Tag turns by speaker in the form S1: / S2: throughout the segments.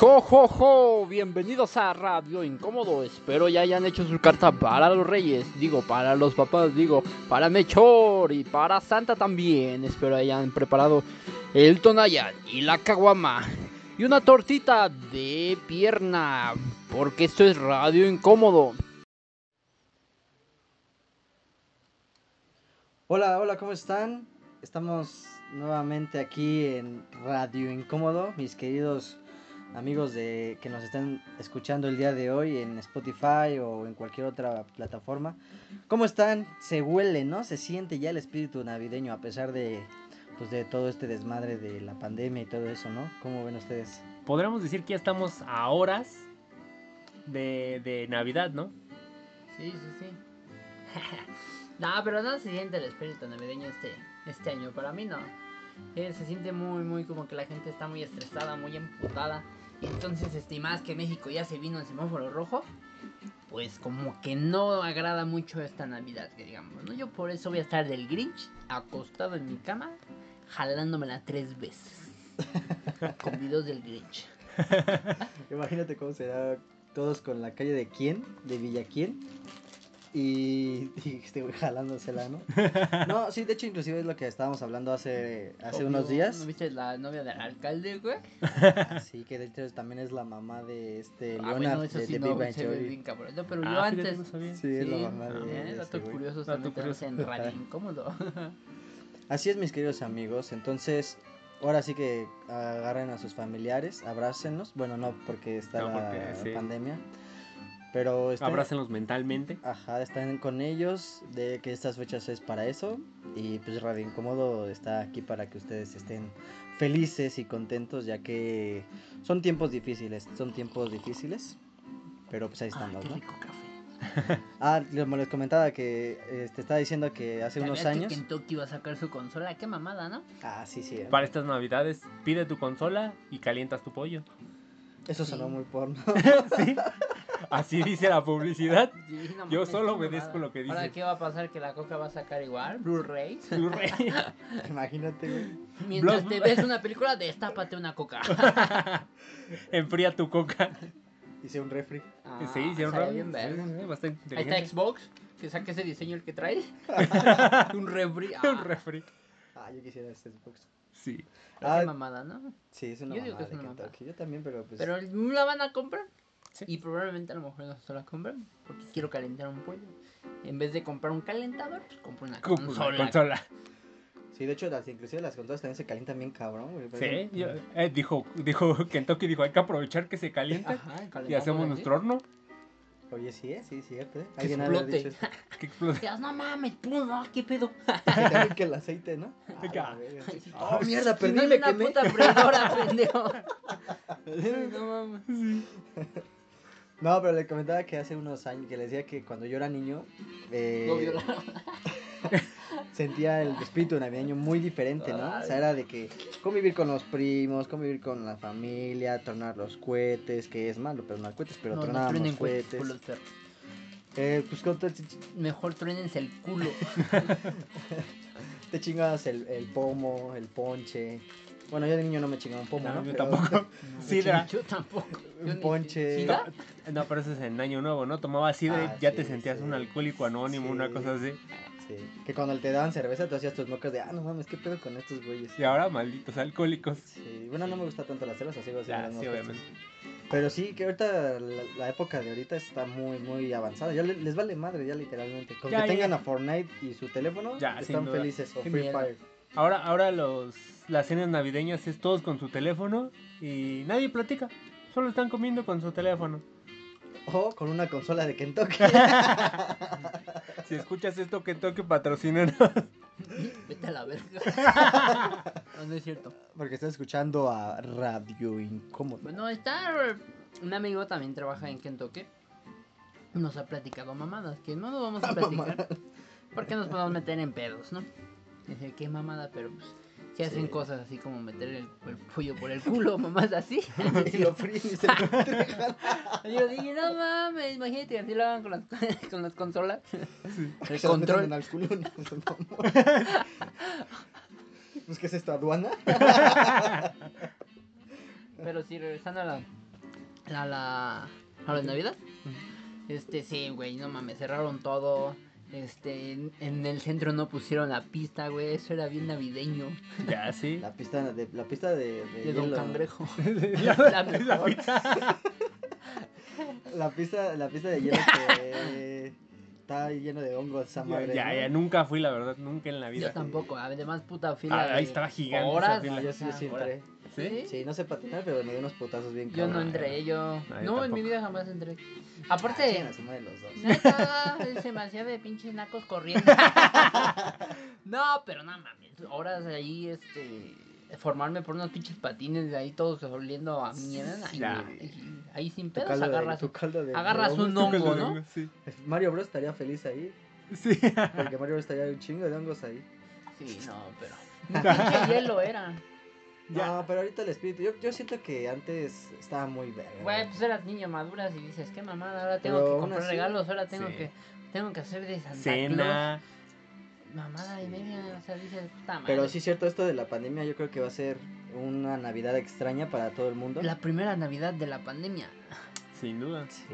S1: Jo, jo, jo, bienvenidos a Radio Incómodo. Espero ya hayan hecho su carta para los reyes, digo, para los papás, digo, para Mechor y para Santa también. Espero hayan preparado el Tonayan y la caguama y una tortita de pierna, porque esto es Radio Incómodo.
S2: Hola, hola, ¿cómo están? Estamos nuevamente aquí en Radio Incómodo, mis queridos amigos de que nos están escuchando el día de hoy en Spotify o en cualquier otra plataforma. ¿Cómo están? Se huele, ¿no? Se siente ya el espíritu navideño a pesar de pues de todo este desmadre de la pandemia y todo eso, ¿no? ¿Cómo ven ustedes?
S3: Podríamos decir que ya estamos a horas de, de Navidad, ¿no?
S4: Sí, sí, sí. no, pero no se siente el espíritu navideño este, este año, para mí no. Eh, se siente muy, muy como que la gente está muy estresada, muy emputada. Y entonces, este, más que México ya se vino en semáforo rojo, pues como que no agrada mucho esta Navidad, que digamos, ¿no? Yo por eso voy a estar del Grinch, acostado en mi cama, jalándomela tres veces. con videos del Grinch.
S2: Imagínate cómo será todos con la calle de quién, de Villaquién. Y, y este güey jalándosela, ¿no? No, sí, de hecho, inclusive es lo que estábamos hablando hace, hace
S4: Obvio,
S2: unos días.
S4: ¿No viste la novia del alcalde, güey?
S2: Sí, que de hecho también es la mamá de este
S4: Ah,
S2: Leonard
S4: bueno, eso
S2: de,
S4: sí,
S2: de
S4: no,
S2: Big Bang
S4: se ve
S2: Theory.
S4: bien cabrón. No, pero
S3: Ah,
S4: yo
S3: fíjate,
S4: antes...
S3: no sabía.
S2: Sí, es la mamá
S4: eh,
S2: de, de este
S4: dato
S2: güey. Ah,
S4: curioso,
S3: Dato
S4: también tenemos en Radio Incómodo.
S2: Así es, mis queridos amigos. Entonces, ahora sí que agarren a sus familiares, abrácenlos. Bueno, no porque está
S3: No,
S2: la
S3: porque, sí.
S2: pandemia. Pero este, estén,
S3: Abrácenlos mentalmente.
S2: ajá, estén con ellos, de que estas fechas es para eso. Y pues Radio Incómodo está aquí para que ustedes estén felices y contentos, ya que son tiempos difíciles, son tiempos difíciles. Pero pues ahí
S4: Ay,
S2: estamos,
S4: qué
S2: ¿no?
S4: rico café.
S2: Ah, como les comentaba que eh, te estaba diciendo que hace
S4: Ya
S2: unos
S4: ves que
S2: años.
S4: Kentucky va a sacar su consola, qué mamada, ¿no?
S2: Ah, sí, sí.
S3: Para estas navidades, pide tu consola y calientas tu pollo.
S2: Eso sonó muy porno.
S3: ¿Sí? Así dice la publicidad.
S4: Sí, no
S3: Yo
S4: mames,
S3: solo
S4: qué
S3: obedezco
S4: mamada.
S3: lo que
S4: Ahora,
S3: dice.
S4: ¿qué va a pasar? ¿Que la coca va a sacar igual? Blu-ray.
S3: Blu-ray.
S2: Imagínate, güey.
S4: Mientras
S3: Blu-
S4: te ves una película, destápate una coca.
S3: Enfría tu coca.
S2: Hice un refri.
S4: Ah,
S3: sí, hicieron
S4: estaría
S3: raro.
S4: bien verga.
S3: Sí, sí, sí, Bastante
S4: Ahí está
S3: inteligente.
S4: Xbox, que saque ese diseño el que trae. Un refri. Ah,
S3: Un refri.
S2: Ah, yo quisiera este Xbox.
S3: Sí.
S4: pero qué
S2: Ah,
S4: mamada, ¿no?
S2: sí, es una
S4: yo digo
S2: mamada
S4: que es
S2: de
S4: una mamada.
S2: Kentucky. Yo también, pero pues.
S4: Pero no la van a comprar.
S3: Sí.
S4: Y probablemente a lo mejor no se la compren. Porque quiero calentar un pollo. En vez de comprar un calentador, pues compro una
S3: Con-
S4: consola.
S3: Consola.
S2: Sí, de hecho, las, inclusive las consolas también se calientan bien cabrón, güey. por
S3: Sí.
S2: eso-
S3: yo- eh, dijo, dijo Kentucky, dijo, hay que aprovechar que se calienta
S4: Ajá,
S3: y
S4: calentamos
S3: hacemos
S4: aquí.
S3: nuestro horno
S2: Oye, sí, eh, sí, cierto. eh.
S4: Que
S2: Alguien había
S4: explote.
S2: dicho eso.
S3: que explota.
S4: Digas, no mames, pudo, ah, qué pedo.
S2: Y también que el aceite, ¿no? Ah, la
S3: Ah,
S2: verga.
S4: sí.
S2: Oh, mierda,
S4: Si
S2: perdí,
S4: no hay
S2: me
S4: una
S2: quemé.
S4: puta freidora, pendejo. no mames.
S2: No, pero le comentaba que hace unos años, que le decía que cuando yo era niño, eh,
S4: Lo violaron.
S2: sentía el espíritu navideño muy diferente, ¿no? O sea, era de que convivir con los primos, convivir con la familia, tronar los cohetes, que es malo, pero no cohetes, pero
S4: No, no
S2: tronábamos
S4: truenen
S2: cohetes.
S4: culos, perros.
S2: Eh, pues con todo te,
S4: Mejor truénense el culo.
S2: te chingabas el, el pomo, el ponche. Bueno, yo de niño no me chingaba un pomo,
S3: No,
S2: ¿no?
S3: yo
S2: Pero-
S3: tampoco. Sidra.
S4: Yo tampoco. Yo
S2: Un
S4: ni-
S2: ponche.
S4: ¿Sidra?
S3: No, pero eso es en Año Nuevo, ¿no? Tomaba sidra y
S2: Ah,
S3: ya
S2: sí,
S3: te sentías
S2: sí.
S3: un alcohólico anónimo,
S2: Sí.
S3: una cosa así.
S2: Sí. Que cuando te daban cerveza, tú hacías tus mocas de, ah, no mames, ¿qué pedo con estos güeyes?
S3: Y ahora, malditos alcohólicos.
S2: Sí. Bueno, no me gusta tanto la cerveza, sigo haciendo
S3: Ya,
S2: las
S3: sí,
S2: mocas.
S3: obviamente.
S2: Pero sí, que ahorita la, la época de ahorita está muy, muy avanzada. Ya le- les vale madre, ya literalmente. Con
S3: Ya,
S2: que
S3: ya.
S2: tengan a Fortnite y su teléfono,
S3: Ya, sin
S2: están
S3: duda.
S2: felices. O
S4: Qué
S2: Free
S4: mierda.
S2: Fire.
S3: Ahora, ahora los, las cenas navideñas es todos con su teléfono y nadie platica. Solo están comiendo con su teléfono.
S2: O con una consola de Kentucky.
S3: Si escuchas esto, que toque patrocinar.
S4: Vete a la verga. No, no es cierto.
S2: Porque están escuchando a Radio Incómodo.
S4: Bueno, está. Un amigo también trabaja en Kentucky. Nos ha platicado mamadas. Que no nos vamos a platicar. Porque nos podemos meter en pedos, ¿no? Dice, qué mamada, pero pues. Si hacen
S2: Sí.
S4: cosas así como meter el, el pollo por el culo, mamás así.
S2: y lo fríen y se lo entregan.
S4: Yo dije, no mames, imagínate que así lo hagan con las, con las consolas. El
S2: Se lo metan en
S4: control.
S2: el culo, no, no, no. Pues, ¿qué es esto? ¿Aduana?
S4: Pero sí, regresando a la, la, la, a la Navidad. Este, sí, güey, no mames, cerraron todo. Este, en, en el centro no pusieron la pista, güey, eso era bien navideño.
S3: Ya, sí.
S2: La pista de, la pista de, de
S4: De Don
S2: hielo.
S4: Cangrejo.
S3: La, la
S4: La mejor.
S3: pizza.
S2: La pista, la pista de hielo que está lleno de hongos esa
S3: Ya,
S2: madre.
S3: ya,
S2: ¿no?
S3: ya, nunca fui, la verdad, nunca en la
S4: Yo
S3: vida.
S4: tampoco, además puta fila.
S3: Ah, ahí
S4: de
S3: estaba gigante esa
S4: Horas.
S3: fila.
S2: No, yo sí, yo
S4: Ah,
S2: sí
S4: horas.
S2: entré.
S4: ¿Sí?
S2: Sí, no sé patinar, pero me dio unos putazos bien
S4: Yo no
S2: cabrones.
S4: entré, yo.
S3: No, yo
S4: No, en mi
S3: tampoco.
S4: vida jamás entré.
S2: Ah,
S4: Aparte,
S2: chinga su madre los dos.
S4: neta, se me hacía de pinches nacos corriendo. no, pero no mames. Horas ahí, este. Formarme por unos pinches patines de ahí todos oliendo a mierda. Ay,
S3: Ya.
S4: ahí, ahí sin
S2: Tu
S4: pedos
S2: de-
S4: agarras.
S2: tu caldo de-
S4: agarras
S2: de hongos.
S4: un hongo, ¿no?
S3: Sí.
S2: Mario Bros estaría feliz ahí.
S3: Sí.
S2: Porque Mario Bros estaría un chingo de hongos ahí.
S4: Sí, no, pero. Un pinche hielo era.
S3: Ya.
S2: No, pero ahorita el espíritu. Yo, yo siento que antes estaba muy verga.
S4: Güey,
S2: güey.
S4: pues eras niña madura y dices, qué mamada, ahora tengo
S2: Pero
S4: que
S2: aún
S4: comprar
S2: así,
S4: regalos, ahora tengo
S3: sí.
S4: que tengo que hacer de Santa Claus.
S3: Cena.
S4: Mamada y
S2: Sí.
S4: media, o sea, dices, puta madre.
S2: Pero sí es cierto, esto de la pandemia yo creo que va a ser una Navidad extraña para todo el mundo.
S4: La primera Navidad de la pandemia.
S3: Sin duda.
S2: Sí.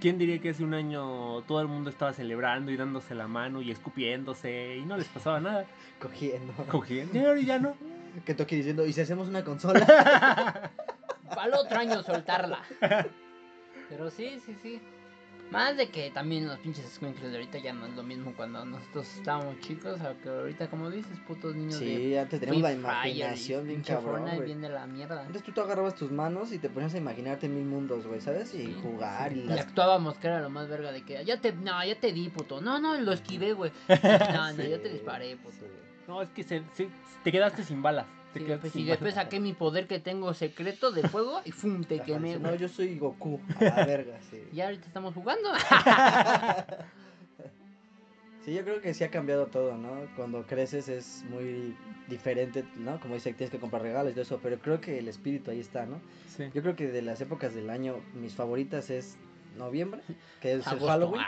S3: ¿Quién diría que hace un año todo el mundo estaba celebrando y dándose la mano y escupiéndose y no les pasaba nada?
S2: Cogiendo.
S3: Cogiendo. Y ahora ya no.
S2: Que toque diciendo, ¿y si hacemos una consola?
S4: Para el otro año soltarla. Pero sí, sí, sí. Más de que también los pinches squinkles de ahorita ya no es lo mismo cuando nosotros estábamos chicos, a que ahorita como dices, putos niños de
S2: sí, antes teníamos la
S4: Free Fire y
S2: imaginación bien
S4: pinche
S2: cabrón,
S4: Fortnite
S2: güey.
S4: bien de la mierda.
S2: Antes tú te agarrabas tus manos y te ponías a imaginarte mil mundos, güey, ¿sabes? Y
S4: Sí,
S2: jugar y
S4: Y
S2: las...
S4: actuábamos que era lo más verga de que "Ah, ya te, no, ya te di, puto. No, no, lo esquivé, güey. No, no,
S2: Sí,
S4: ya te disparé, puto.
S2: sí.
S3: No, es que se- se- te quedaste sin balas. Te
S4: Sí,
S3: quedaste
S4: pues, y
S3: sin
S4: después
S3: balas.
S4: saqué mi poder que tengo secreto de fuego y fum, te
S2: Ajá,
S4: quemé.
S2: dice, No,
S4: güey.
S2: yo soy Goku, a la verga, sí.
S4: Y ahorita estamos jugando.
S2: Sí, yo creo que sí ha cambiado todo, ¿no? Cuando creces es muy diferente, ¿no? Como dice, tienes que comprar regalos y todo eso, pero creo que el espíritu ahí está, ¿no?
S3: Sí.
S2: Yo creo que de las épocas del año, mis favoritas es noviembre, que es el
S4: Agosto.
S2: Halloween,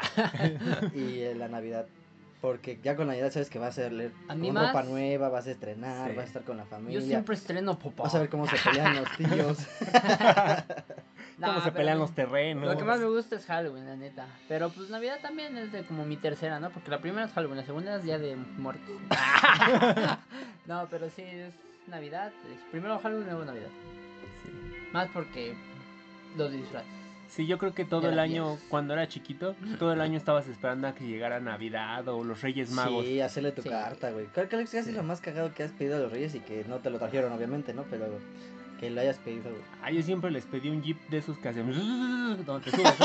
S2: y eh, la Navidad. Porque ya con la Navidad sabes que vas a leer
S4: A mí
S2: con
S4: más-
S2: ropa nueva, vas a estrenar,
S3: Sí.
S2: vas a estar con la
S4: Yo
S2: familia.
S4: siempre estreno popó.
S2: Vas a ver cómo se pelean los tíos.
S4: No,
S3: Cómo se
S4: pero
S3: pelean
S4: no.
S3: los terrenos.
S4: Lo que más me gusta es Halloween, la neta. Pero pues Navidad también es de como mi tercera, ¿no? Porque la primera es Halloween, la segunda es Día de Muertos. no, pero sí, es Navidad. es primero Halloween, luego Navidad.
S3: Sí.
S4: Más porque los disfraces.
S3: Sí, yo creo que todo
S4: Eran
S3: el año,
S4: dioses.
S3: cuando era chiquito, todo el año estabas esperando a que llegara Navidad o los Reyes Magos.
S2: Sí, hacerle tu
S4: Sí.
S2: carta, güey. Creo que es casi lo más cagado que has pedido a los reyes y que no te lo trajeron, obviamente, ¿no? Pero que lo hayas pedido, güey.
S3: Ah, yo siempre les pedí un jeep de esos que hacían... donde te subes,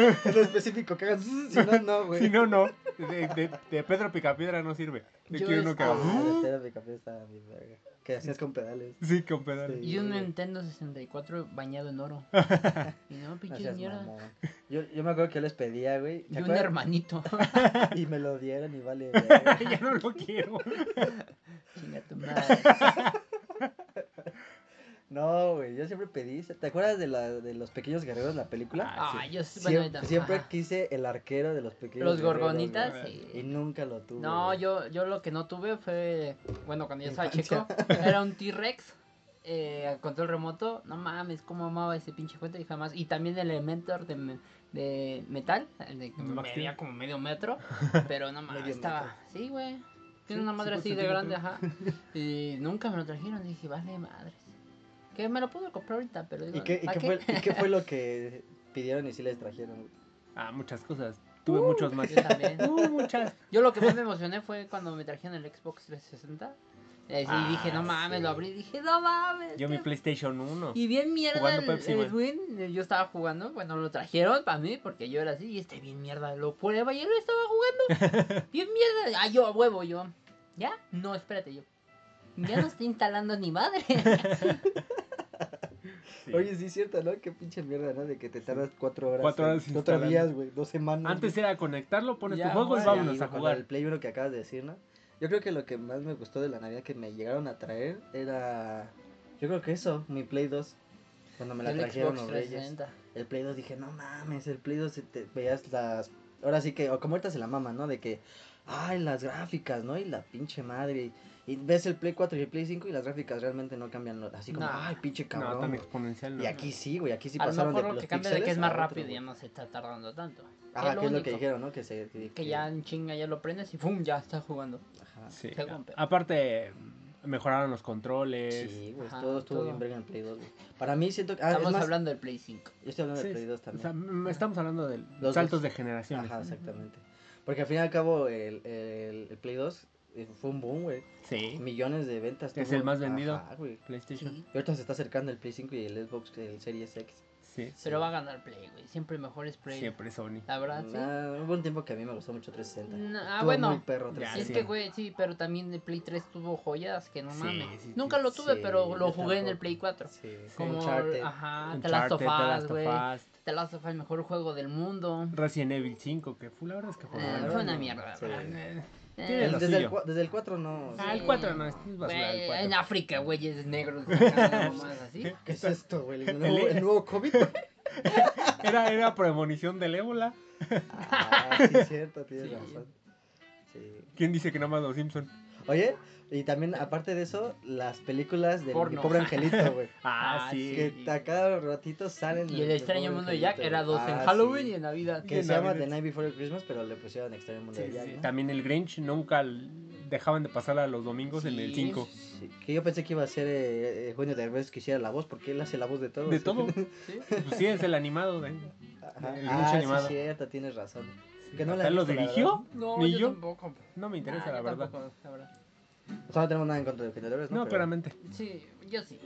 S3: ¿eh?
S2: En específico, que hagas... "Zzz", Si no, no, güey.
S3: Si no, no. De, de- de Pedro Picapiedra no sirve. Yo
S4: Yo
S3: quiero uno que
S2: Ah,
S3: haga,
S2: la tela de café estaba bien verga. Que hacías con pedales.
S3: Sí, con pedales.
S4: Y un
S2: Sí.
S4: Nintendo 64 bañado en oro. y no,
S2: No
S4: pinche
S2: seas
S4: mierda.
S2: mamón. Yo, yo me acuerdo que yo les pedía, güey. ¿te
S4: Y un
S2: acuerdas?
S4: hermanito.
S2: Y me lo dieron y vale. verga.
S3: ya no lo quiero.
S4: Chinga tu madre.
S2: No, güey. Yo siempre pedí. ¿Te acuerdas de, la, de los pequeños guerreros, la película?
S3: Ah,
S4: Ah,
S3: sí.
S4: yo sí-
S2: Siem-
S4: bueno,
S2: siempre
S4: ahorita- ajá.
S2: quise el arquero de los pequeños
S4: Los
S2: guerreros,
S4: gorgonitas.
S2: güey,
S4: sí.
S2: Y nunca lo tuve.
S4: No,
S2: güey.
S4: yo, yo lo que no tuve fue. Bueno, cuando yo estaba
S2: Infancia.
S4: chico, era un T-Rex eh, a control remoto. No mames, cómo amaba ese pinche cuento y jamás. Y también el Elementor de, me- de metal, el de que
S3: Max Steel.
S4: medía como medio metro. Pero no mames,
S2: Medio
S4: estaba.
S2: metro.
S4: Sí, güey.
S3: Sí,
S4: Tiene una madre
S3: cinco
S4: así de grande,
S3: centímetros.
S4: ajá. Y nunca me lo trajeron. Dije, vale, madres. Que me lo puedo comprar ahorita, pero digo,
S2: ¿Y qué, y
S4: ¿pa'
S2: qué fue, y qué fue lo que pidieron y sí les trajeron? güey?
S3: Ah, muchas cosas. Tuve muchos más.
S4: Uh, Yo también.
S3: Uh, muchas.
S4: Yo lo que más me emocioné fue cuando me trajeron el Xbox 360. Eh, sí,
S3: Ah,
S4: dije, no mames,
S2: sí.
S4: lo abrí. Dije, no mames.
S3: Yo mi
S4: qué
S3: PlayStation 1.
S4: Y bien mierda
S3: Jugando
S4: el,
S3: Pepsi
S4: el
S3: Man.
S4: Win, eh, yo estaba jugando, bueno, lo trajeron para mí porque yo era así y este bien mierda lo prueba y él estaba jugando. Bien mierda, ah, yo a huevo yo. ¿Ya? No, espérate yo. Ya no estoy instalando ni madre.
S3: Sí.
S2: Oye, sí es cierto, ¿no? Qué pinche mierda, ¿no? De que te tardas cuatro horas.
S3: Cuatro
S2: en-
S3: horas
S2: No te
S3: instalando.
S2: días, güey. Dos semanas.
S3: Antes era conectarlo, pones
S4: Ya,
S3: tu juego y
S4: güey.
S2: güey.
S3: pues vámonos
S2: Sí,
S3: a
S2: con
S3: jugar.
S2: El Play 1 que acabas de decir, ¿no? Yo creo que lo que más me gustó de la Navidad que me llegaron a traer era... Yo creo que eso, mi Play 2. Cuando me la
S4: el
S2: trajeron
S4: Xbox
S2: los reyes.
S4: 360.
S2: El Play 2 dije, no mames, el Play 2 se te- veías las... Ahora sí que, o como ahorita se la mama, ¿no? De que, ay, las gráficas, ¿no? Y la pinche madre. Y, Y ves el Play 4 y el Play 5 y las gráficas realmente no cambian nada. Así como,
S4: No.
S2: ay, pinche cabrón.
S3: No, tan
S2: güey".
S3: exponencial. no.
S2: y aquí sí, güey, aquí sí
S4: a lo
S2: pasaron
S4: mejor
S2: de
S4: lo
S2: los
S4: que cambia de que
S2: píxeles
S4: es más
S2: a otro,
S4: rápido y
S2: güey.
S4: ya no se está tardando tanto.
S2: Ajá, que es lo que
S4: único,
S2: dijeron, ¿no? Que se... Que,
S4: Que ya en chinga ya lo prendes y ¡pum! Ya está jugando.
S2: Ajá.
S3: Sí.
S4: Según, pero-
S3: Aparte, mejoraron los controles.
S2: Sí, güey,
S4: Ajá,
S2: todo estuvo
S4: todo.
S2: bien verga en el Play 2, güey. Para mí siento que... ah, es
S4: Estamos
S2: más,
S4: hablando del Play 5.
S2: Yo estoy hablando
S3: Sí,
S2: del Play 2
S3: o sea,
S2: también.
S3: m- estamos hablando de
S2: dos.
S3: saltos de generaciones.
S2: Ajá, exactamente. Porque al fin y al cabo el, el, el Play 2 eh, fue un boom, güey.
S3: Sí.
S2: Millones de ventas.
S3: Es el más vendido.
S2: Ajá, güey.
S3: PlayStation.
S4: Sí.
S2: Y ahorita se está acercando el Play 5 y el Xbox, el Series X.
S3: Sí.
S4: Pero va a ganar Play, güey. Siempre mejor es Play.
S3: Siempre Sony.
S4: La verdad, sí.
S2: Nah, hubo un tiempo que a mí me gustó mucho 360.
S4: No, ah,
S2: Estuvo
S4: bueno.
S2: muy perro
S3: Ya,
S4: Sí, es
S2: 360.
S4: que, güey, sí, pero también el Play 3 tuvo joyas que no
S3: Sí,
S4: mames.
S3: sí,
S4: Nunca lo tuve,
S2: Sí,
S4: pero lo
S2: yo
S4: jugué en el
S2: tampoco.
S4: Play 4.
S2: Sí,
S4: Como,
S2: Uncharted.
S4: ajá, The Ah, Last
S3: Uncharted,
S4: of
S3: The Last
S4: Us,
S3: of
S4: güey.
S3: Us,
S4: The Last of Us, el mejor juego del mundo.
S3: Resident Evil 5, que fue la verdad es que fue
S4: Eh,
S3: bueno.
S4: fue una mierda,
S2: Ah, Sí.
S4: ¿verdad?
S3: Eh,
S4: Eh,
S3: Tiene
S2: El-
S3: lo
S2: Desde el,
S3: suyo.
S2: cua- desde el 4 no.
S4: Sí.
S3: Ah, el 4 no, es es basura
S4: güey,
S3: el
S4: en
S3: 4.
S4: África, güey, es negro. más así.
S2: ¿Qué es esto, güey? ¿El
S3: El-
S2: nuevo, el nuevo COVID?
S3: Era, era premonición del ébola.
S2: ah, sí, cierto, tienes
S4: Sí.
S2: razón. Sí.
S3: ¿Quién dice que nada más los Simpson?
S2: Oye, y también, aparte de eso, las películas de mi
S4: Porno.
S2: pobre angelito, güey.
S4: Ah, sí.
S2: que a cada ratito salen.
S4: Y el
S2: de
S4: extraño
S2: Pobre
S4: mundo de Jack
S2: Angelito,
S4: era dos
S2: güey.
S4: en
S2: Ah,
S4: Halloween
S2: sí.
S4: y en Navidad.
S3: ¿Qué?
S2: Que
S3: en
S2: se llama
S3: Navidad.
S2: The Night Before Christmas, pero le pusieron extraño mundo
S3: Sí,
S2: de Jack.
S3: sí.
S2: ¿no?
S3: También el Grinch nunca l- dejaban de pasar a los domingos en el
S4: Sí.
S3: 5.
S2: Sí, que yo pensé que iba a ser eh, eh, Eugenio Derbez que hiciera la voz, porque él hace la voz de todo.
S3: De todo.
S4: Sí.
S3: Pues sí, es el animado. De...
S2: Ajá.
S3: El Grinch
S2: ah,
S3: animado.
S2: sí, cierto, tienes razón. Que no la
S3: ¿Hasta
S2: he
S3: lo
S2: visto, la
S3: dirigió?
S4: No,
S3: ¿Ni
S4: yo,
S3: yo?
S4: tampoco.
S3: No me interesa,
S4: Ah,
S3: la
S4: yo
S3: verdad.
S4: tampoco, la verdad.
S2: O sea, no tenemos nada en contra de Eugenio Derbez, ¿no?
S3: No, claramente.
S4: Sí, yo sí.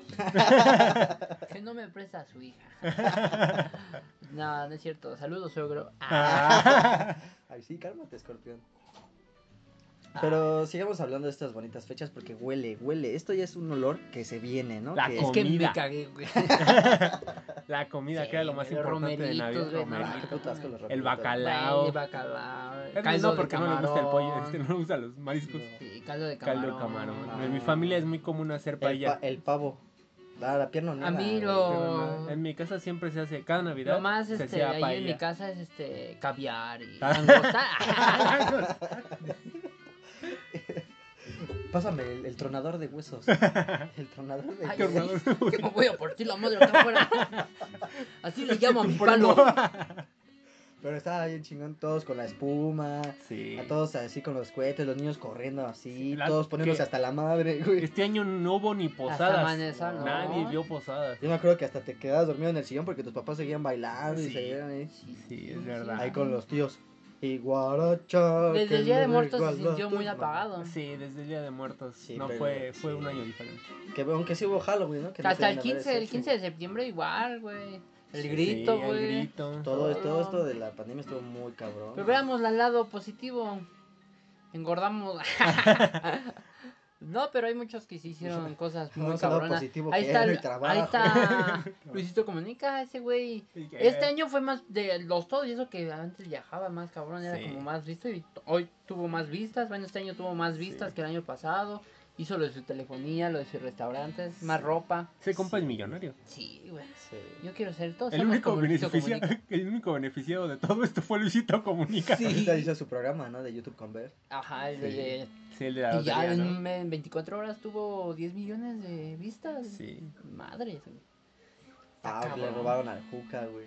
S4: que no me presta a su hija. no, no es cierto. Saludos, suegro. Ah.
S2: Ay, sí, cálmate, escorpión. Pero sigamos hablando de estas bonitas fechas porque huele, huele. Esto ya es un olor que se viene, ¿no?
S3: La
S2: que...
S4: es que
S3: Ah, comida.
S4: me cagué, güey.
S3: La comida
S4: Sí,
S3: que era lo más
S4: los
S3: importante de
S4: romeritos,
S3: Navidad.
S4: güey,
S3: romeritos.
S2: Ah, qué puto asco los
S3: El
S2: romeritos.
S3: bacalao.
S4: Güey, bacalao.
S3: Pero
S4: Caldo
S3: no, porque
S4: de
S3: no le gusta el pollo, este,
S4: camarón.
S3: no le gustan los mariscos.
S2: No.
S4: Sí, caldo de camarón.
S3: Caldo de camarón.
S2: Ah.
S3: En mi familia es muy común hacer
S2: El,
S3: paella.
S2: pa- el pavo. Ah, la pierna
S4: A mí lo-
S3: Pero no, en mi casa siempre se hace, cada Navidad
S4: Lo más
S3: se
S4: este,
S3: hacía
S4: ahí en mi
S3: paella.
S4: casa es este caviar y
S3: Ah.
S4: langosta.
S2: Pásame el, el tronador de huesos. El tronador de
S4: Ay,
S3: Qué
S2: huesos.
S3: horror.
S4: Yo voy a partir la madre acá afuera. Así le llamo a mi palo.
S2: Pero estaba bien chingón, todos con la espuma.
S3: Sí.
S2: A todos así con los cohetes, los niños corriendo así,
S3: Sí, la-
S2: todos poniéndose
S3: que-
S2: hasta la madre, güey.
S3: Este año no hubo ni
S4: Hasta
S3: posadas.
S4: amanecer, ¿no?
S3: Nadie vio posadas.
S2: Yo me acuerdo que hasta te quedabas dormido en el sillón porque tus papás seguían bailando y
S3: Sí.
S2: seguían ahí.
S3: Sí, es verdad.
S2: Ahí con los tíos. Y guaracha.
S4: Desde
S2: que
S4: el Día de
S2: me
S4: Muertos se
S2: regalaste,
S4: sintió muy
S2: mamá.
S4: apagado.
S3: Sí, desde el Día de Muertos.
S2: Sí,
S3: no
S2: pero-
S3: fue, fue
S2: sí.
S3: un año diferente.
S2: Que, aunque sí hubo Halloween, ¿no? Que no
S4: Hasta el
S2: podían haber
S4: 15, el
S2: hecho.
S4: 15 de septiembre igual, güey. El
S2: Sí,
S4: grito,
S3: Sí, el
S4: güey.
S3: grito.
S2: Todo, es- todo esto de la pandemia estuvo muy cabrón.
S4: Pero veamos al lado positivo. Engordamos. no, pero hay muchos que sí hicieron cosas muy
S2: Vamos al lado
S4: cabronas.
S2: positivo,
S4: ahí
S2: que
S4: está,
S2: era
S4: el-
S2: el trabajo.
S4: ahí está Luisito Comunica, ese güey. Este año fue más de los todos y eso que antes viajaba más cabrón, era
S3: Sí.
S4: como más visto y t- hoy tuvo más vistas, bueno, este año tuvo más vistas
S3: Sí.
S4: que el año pasado, hizo lo de su telefonía, lo de sus restaurantes, más ropa.
S3: Ese compa es millonario.
S4: Sí, güey.
S2: Sí.
S4: Yo quiero ser todo.
S3: El único, beneficia- el único beneficiado de todo esto fue Luisito Comunica.
S2: Ahorita hizo su programa, ¿no? De YouTube con Ver.
S4: Ajá, el
S3: Sí.
S4: de...
S3: Sí, el de la
S4: y ya
S3: lotería,
S4: en,
S3: ¿no?
S4: un mes- en 24 horas tuvo 10 millones de vistas.
S3: Sí.
S4: Madre. güey. Está
S2: Ah, le
S4: cabrón.
S2: robaron al Juca, güey.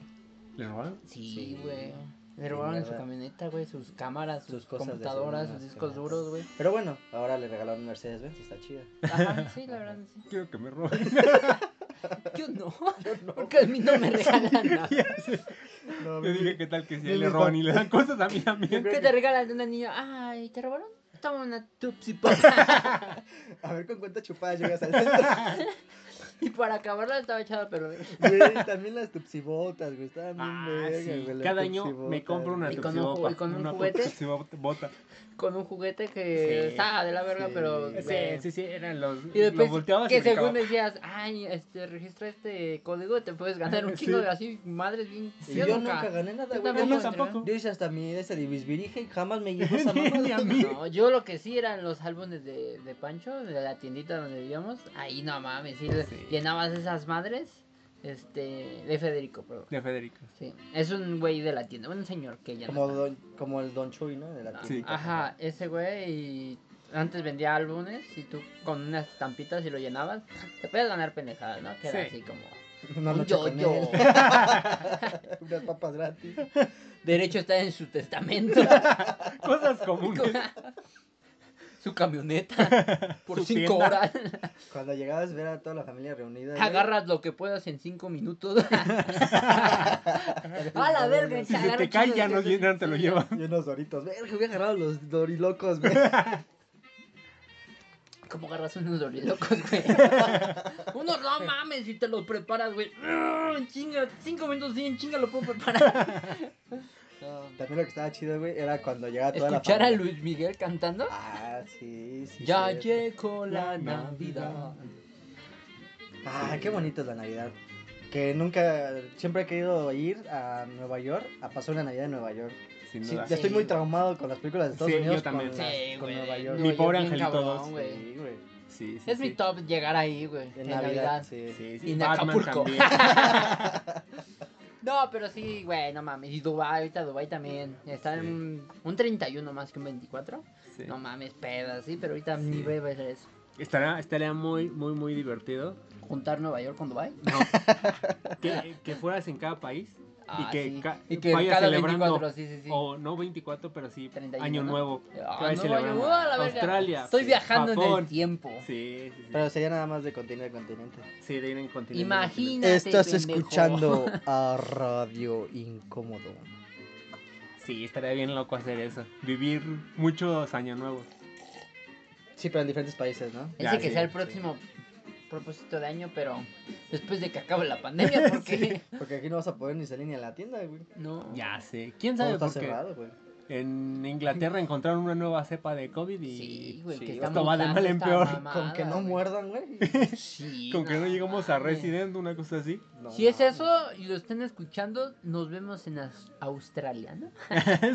S3: ¿Le robaron?
S4: Sí,
S2: Sí.
S4: güey. Le robaron en su
S2: mierda.
S4: camioneta, güey, sus cámaras, sus,
S2: Sus cosas de
S4: computadoras,
S2: segunda,
S4: sus discos
S2: sí.
S4: duros, güey.
S2: Pero bueno, ahora le regalaron un Mercedes Benz, está chida.
S4: Ajá, sí, la verdad, sí.
S3: Quiero que me roben.
S4: Yo no. Porque a mí no me regalan nada.
S2: No,
S3: Yo dije, ¿qué tal que si a él le
S2: Dijo-
S3: roban y le dan cosas a mí también?
S4: ¿Qué te regalan de una niña? Ay, ¿te robaron? Toma una Tupsi Pop.
S2: A ver con cuánta chupada llegas al centro.
S4: y para acabarla estaba echada, pero.
S2: Güey, también las tupsibotas, güey, estaban bien
S3: Ah,
S2: vergas,
S3: sí.
S2: güey, las
S3: Cada año me
S2: Tupsibotas,
S3: compro una
S4: Y con un
S3: tupsibopa,
S4: ju- y con un
S3: una
S4: juguete.
S3: tupsibota.
S4: Con un juguete que
S3: Sí.
S4: estaba de la verga,
S2: Sí.
S4: pero.
S3: Sí,
S4: güey.
S3: sí, sí, eran los,
S4: Y
S3: los
S4: después,
S3: volteabas y
S4: que según
S3: brincabas.
S4: decías, ay, este, registra este código, te puedes ganar un
S3: Sí.
S4: chingo de así, madres bien.
S2: Y yo, nunca, gané nada,
S4: Yo
S2: güey.
S4: tampoco,
S3: Yo
S2: Yo,
S3: tampoco.
S2: yo hice hasta mi ese de bisbirige y jamás me llegó esa mamada.
S3: Ni a mí.
S4: No, yo lo que sí eran los álbumes de, de Pancho, de la tiendita donde vivíamos. Ahí no mames, sí,
S3: Sí.
S4: llenabas esas madres. Este, de Federico, perdón.
S3: De Federico.
S4: Sí, es un güey de la tienda, un señor que ya no
S2: Como,
S4: está.
S2: don- como el Don Chuy, ¿no? De la
S4: Ah,
S2: tienda.
S3: Sí.
S4: Ajá, ese güey y antes vendía álbumes y tú con unas estampitas y lo llenabas, te puedes ganar pendejadas, ¿no? Que era
S3: Sí.
S4: así como
S2: Una
S4: un
S2: noche con
S4: yo-yo.
S2: él. Unas papas gratis.
S4: Derecho está en su testamento.
S3: Cosas comunes.
S4: su camioneta por
S3: Su
S4: cinco
S3: tienda.
S4: horas.
S2: Cuando llegabas ver a toda la familia reunida.
S4: Agarras lo que puedas en cinco minutos.
S2: A
S4: A la verga,
S3: Si se
S4: agarra
S3: te
S4: un
S3: cae,
S4: chingo
S3: ya
S4: de
S3: no,
S4: gente.
S3: ya no te lo lleva.
S2: Y unos doritos. Verga, había agarrado los dorilocos, güey.
S4: ¿Cómo agarras unos dorilocos, güey? unos no mames si te los preparas, güey. En Chinga, cinco minutos sí, en chinga lo puedo preparar.
S2: También lo que estaba chido, güey, era cuando llegaba toda
S4: Escuchar
S2: la
S4: a
S2: familia.
S4: Luis Miguel cantando.
S2: Ah, sí, sí.
S4: Ya
S2: cierto.
S4: llegó "Pues, la Navidad.
S2: Ah, qué bonito es la Navidad. Que nunca, siempre he querido ir a Nueva York, a pasar una Navidad en Nueva York.
S3: Sin
S2: Sí,
S3: duda.
S2: ya estoy
S4: Sí,
S2: muy
S4: güey.
S2: traumado con las películas de Estados
S3: Sí, yo
S2: Unidos.
S3: también.
S2: Con,
S4: Sí,
S2: las- con
S4: güey.
S2: Nueva York.
S4: Nueva
S3: Mi pobre
S4: York bien
S3: angelito
S4: cabrón,
S3: dos,
S4: güey.
S2: Sí, güey.
S3: Sí, sí,
S4: Es
S3: sí.
S4: mi top llegar ahí, güey.
S2: En, Navidad, sí.
S3: Sí,
S4: Y
S3: sí.
S4: en
S3: Batman
S4: Acapulco.
S3: también.
S4: No, pero sí, güey, no mames. Y Dubai, ahorita Dubai también. Está en
S3: Sí.
S4: un- un 31 más que un 24.
S3: Sí.
S4: No mames, pedas, sí, pero ahorita ni
S3: Sí.
S4: bebes es
S3: Estará, estaría muy, muy, muy divertido.
S4: juntar Nueva York con Dubai.
S3: No. que, que fueras en cada país.
S4: Ah,
S3: que
S4: sí.
S3: ca-
S4: y que
S3: vayas
S4: cada
S3: celebrando.
S4: 24, sí, sí, sí.
S3: O no 24, pero sí.
S4: 31,
S3: año
S4: ¿no?
S3: nuevo.
S4: Ah,
S3: que vayas
S4: no,
S3: celebrando.
S4: vaya, uh, la verga.
S3: Australia.
S4: Estoy
S3: sí,
S4: viajando en
S3: Japón.
S4: el tiempo.
S3: Sí, sí, sí.
S2: Pero sería nada más de continente a continente.
S3: Sí, de ir en continente.
S4: Imagínate.
S2: Estás
S4: pendejo.
S2: escuchando a Radio Incómodo.
S3: Sí, estaría bien loco hacer eso. Vivir muchos años nuevos.
S2: Sí, pero en diferentes países, ¿no?
S4: Ese
S3: Ya,
S4: que
S3: sí,
S4: sea el próximo propósito de año, pero después de que acabe la pandemia, porque
S2: Porque aquí no vas a poder ni salir ni a la tienda, güey.
S4: no.
S3: Ya sé. ¿Quién
S2: Todo
S3: sabe
S2: está
S3: por qué?
S2: cerrado, güey.
S3: En Inglaterra encontraron una nueva cepa de COVID y
S4: Sí, güey,
S3: sí,
S4: que está
S3: esto va de
S4: mutando
S3: mal en
S4: esta
S3: peor.
S4: mamá.
S2: Con que no
S4: Nada, güey.
S2: muerdan, güey.
S4: Sí,
S3: Con que no llegamos a
S4: mames.
S3: Resident, una cosa así.
S2: No
S4: Si es
S2: mames.
S4: eso y lo estén escuchando, nos vemos en Aus- Australia, ¿no?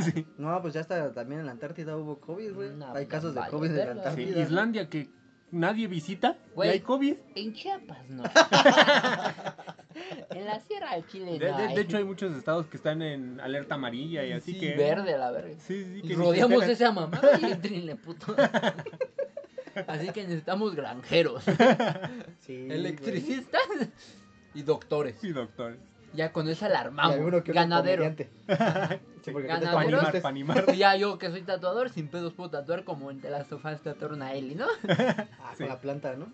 S3: sí.
S2: No, pues ya está. También en la Antártida hubo COVID, güey.
S4: No,
S2: Hay
S4: no
S2: casos de
S4: vale
S2: COVID en la
S4: verga.
S3: Sí,
S2: Antártida.
S3: Islandia que nadie visita y
S4: Güey.
S3: hay COVID.
S4: En Chiapas, no. en la Sierra de Chile,
S3: De,
S4: no
S3: de-
S4: hay.
S3: de hecho hay muchos estados que están en alerta amarilla y así
S4: Sí,
S3: que...
S4: verde, la verga.
S3: Sí, sí, que
S4: Y
S3: ni se
S4: rodeamos
S3: enteran.
S4: esa mamada y entrenle, puto. Así que necesitamos granjeros,
S2: Sí, güey.
S4: electricistas y doctores.
S3: Sí, doctor.
S4: Ya con eso
S2: Y
S4: alarmamos.
S2: alguno que otro
S4: Ganadero.
S2: comediante. Sí, porque
S4: Ganadero.
S3: Para
S4: Ganaderos.
S3: animar, para animar.
S4: Ya yo que soy tatuador, sin pedos puedo tatuar como en The Last of Us tatuaron a Ellie, ¿no?
S2: Ah,
S3: Sí.
S2: con la planta, ¿no?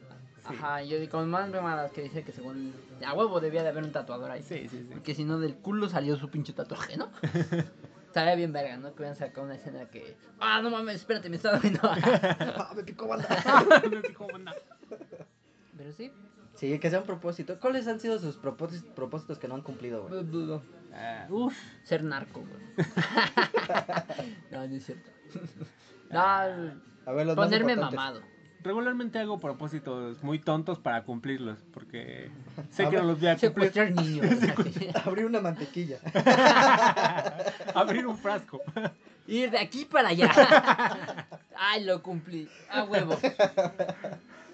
S4: Ajá, yo digo, con más mamadas que dice que según. A huevo debía de haber un tatuador ahí.
S3: Sí, sí, sí.
S4: Porque si no, del culo salió su pinche tatuaje, ¿no? Estaría bien verga, ¿no? Que hubieran sacado una escena que. ¡Ah, no mames! Espérate, me está dando.
S2: Ah, me picó banda.
S4: Pero sí.
S2: Sí, que sea un propósito. ¿Cuáles han sido sus propósis- propósitos que no han cumplido, güey?
S3: Ah, uf.
S4: Ser narco, güey. no, no es cierto. No,
S2: A ver, los más
S4: ponerme
S2: importantes.
S4: mamado.
S3: Regularmente hago propósitos muy tontos para cumplirlos porque sé
S2: A
S3: que no
S2: ver,
S3: los voy a cumplir.
S4: Secuestrar niños.
S2: Abrir una mantequilla.
S3: Abrir un frasco.
S4: Ir de aquí para allá. Ay, lo cumplí. A huevo.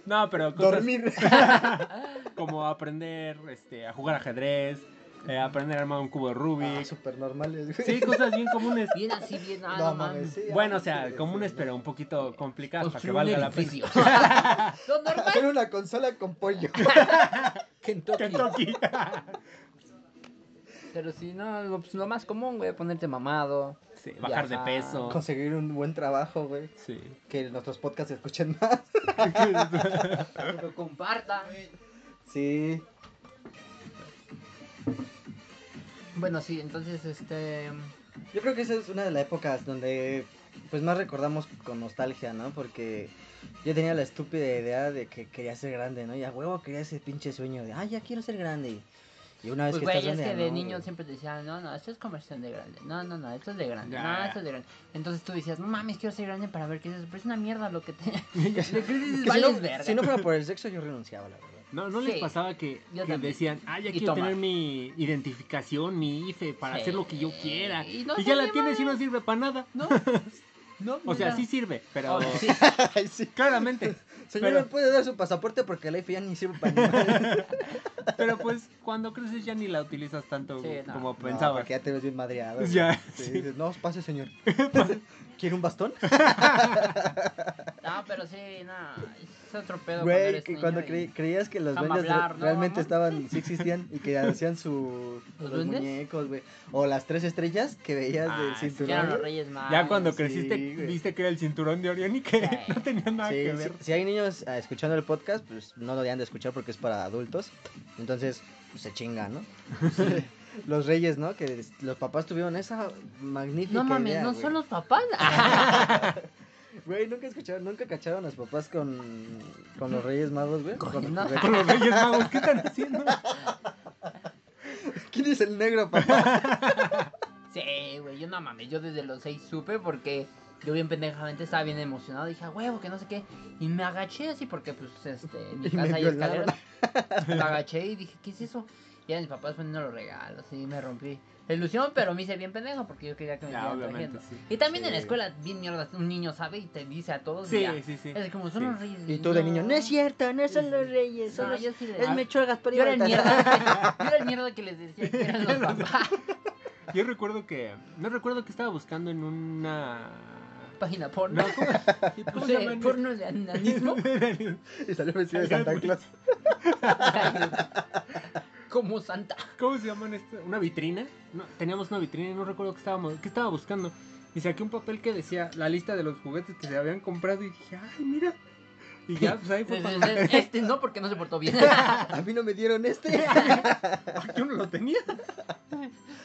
S3: No, pero cosas
S2: Dormir. Ah,
S3: como aprender este, a jugar ajedrez, eh, aprender a armar un cubo de
S2: Ah,
S3: Rubik.
S2: super normales, güey.
S3: Sí, cosas bien comunes.
S4: Bien así, bien. Ah,
S2: No
S4: no,
S2: mames,
S4: mames.
S2: sí, ah,
S3: Bueno, o
S2: sí,
S3: sea,
S2: sí,
S3: comunes,
S2: sí.
S3: pero un poquito complicadas para que
S4: Construir
S3: valga
S4: un
S3: la pena.
S4: edificio. Lo normal.
S2: Hacer una consola con pollo.
S4: Kentucky.
S3: Kentucky.
S4: Pero si no, lo, pues, lo más común, güey, ponerte mamado.
S3: Sí, bajar de
S4: Viajar.
S3: peso.
S2: Conseguir un buen trabajo, güey.
S3: Sí.
S2: Que nuestros podcasts se escuchen más.
S4: Que lo comparta.
S2: Sí.
S4: Bueno, sí, entonces, este.
S2: Yo creo que esa es una de las épocas donde pues más recordamos con nostalgia, ¿no? Porque yo tenía la estúpida idea de que quería ser grande, ¿no? Y a huevo quería ese pinche sueño de, ah, ya quiero ser grande. Y
S3: Ah,
S2: una vez
S4: Pues,
S2: que
S4: güey,
S2: estás
S4: es
S2: grande,
S4: que
S2: ya
S4: de
S2: no,
S4: niño
S2: güey.
S4: siempre te decían, no, no, esto es conversión de grande. No, no, no, esto es de grande.
S3: Ya,
S4: No,
S3: ya.
S4: esto es de grande. Entonces tú decías, no mames, quiero ser grande para ver qué es eso. Pero es una mierda lo que te.
S2: Que
S4: Lo que dices,
S2: si no-
S4: vales
S2: si, no,
S4: verga.
S2: fuera por el sexo, yo renunciaba, la verdad.
S3: No, ¿no
S4: Sí.
S3: les pasaba que,
S4: Yo
S3: que
S4: también.
S3: decían, ah, ya
S4: Y
S3: quiero
S4: tomar.
S3: tener mi identificación, mi IFE, para
S4: Sí.
S3: hacer lo que yo quiera?
S4: Y
S3: Y,
S4: no
S3: ya la
S4: sirve,
S3: tienes y
S4: madre.
S3: no sirve para nada.
S4: No. No,
S3: O sea,
S4: mira.
S3: sí sirve, pero
S4: Oh, sí.
S2: Ay, sí.
S3: claramente.
S2: Señor,
S3: Pero-
S2: ¿me puede dar su pasaporte? Porque la IFE ya ni sirve para nada.
S3: Pero pues cuando creces ya ni la utilizas tanto
S4: Sí, no.
S3: como
S2: No,
S3: pensabas.
S2: porque ya te ves bien madreado. güey.
S3: Ya,
S2: Sí,
S3: sí.
S2: dices, no, pase, señor. ¿Quiere un bastón?
S4: No, pero sí, nada. Es otro pedo.
S2: Güey,
S4: eres
S2: que
S4: este niño
S2: cuando
S4: y-
S2: cre- creías que los
S4: Samba
S2: duendes re-
S4: hablar, ¿no,
S2: realmente
S4: mamá?
S2: estaban, sí existían y que hacían su,
S4: ¿Los
S2: los,
S4: duendes?
S2: muñecos, güey. O las tres estrellas que veías
S4: Ah,
S2: del
S4: sí, que eran los
S2: cinturón.
S4: Reyes Magos.
S3: Ya cuando
S2: sí,
S3: creciste
S2: güey.
S3: viste que era el cinturón de Orión y que
S4: Sí.
S3: no tenía nada
S2: Sí,
S3: que
S2: sí,
S3: ver.
S2: si hay niños ah, escuchando el podcast, pues no lo dejan de escuchar porque es para adultos. Entonces, pues, se chinga, ¿no? los reyes, ¿no? Que es- los papás tuvieron esa magnífica
S4: No mames,
S2: idea,
S4: no
S2: güey.
S4: son los papás.
S2: Güey, nunca escucharon, nunca cacharon a los papás con, con los reyes magos, güey.
S4: Con-
S2: Con-
S4: no.
S2: güey.
S3: Con los Reyes Magos, ¿qué están haciendo?
S2: ¿Quién es el negro, papá?
S4: sí, güey, yo no mames. Yo desde los seis supe porque yo bien pendejamente estaba bien emocionado. Dije, "A huevo, que no sé qué. Y me agaché así porque, pues, este, en mi
S2: Y me
S4: casa hay
S2: violaron.
S4: escaleras. me agaché y dije, ¿qué es eso? Y eran mis papás poniendo los regalos y me rompí. La ilusión, pero me hice bien pendejo porque yo quería que me
S3: Ya,
S4: siguieran
S3: obviamente,
S4: trayendo.
S3: sí.
S4: Y también en la
S2: Sí.
S4: escuela, bien mierda, un niño sabe y te dice a
S2: Pues
S4: todos.
S3: Sí,
S4: mira,
S3: sí, sí.
S4: Es como, son
S3: Sí.
S4: los reyes.
S2: Y tú de niño, no es cierto, no son los reyes, son
S4: No,
S2: los...
S4: yo sí le-
S2: es Melchor Gaspar y
S4: Yo era, el
S2: Baltasar".
S4: mierda que, yo era el mierda que les decía que eran los papás.
S3: Yo recuerdo que. No recuerdo que estaba buscando en una.
S4: Página porno.
S3: No, ¿cómo,
S4: No
S3: cómo
S4: sé,
S3: se llama?
S4: porno de ananismo.
S2: Y salió vestido de Santa Claus.
S4: Como santa.
S3: ¿Cómo se llaman esto? ¿Una vitrina? No, teníamos una vitrina y no recuerdo qué estábamos, qué estaba buscando. Y saqué un papel que decía la lista de los juguetes que se habían comprado y dije, ay, mira. Y ya, pues ahí fue cuando
S4: Este no, porque no se portó bien.
S2: A mí no me dieron este.
S3: "Ah, yo no lo tenía.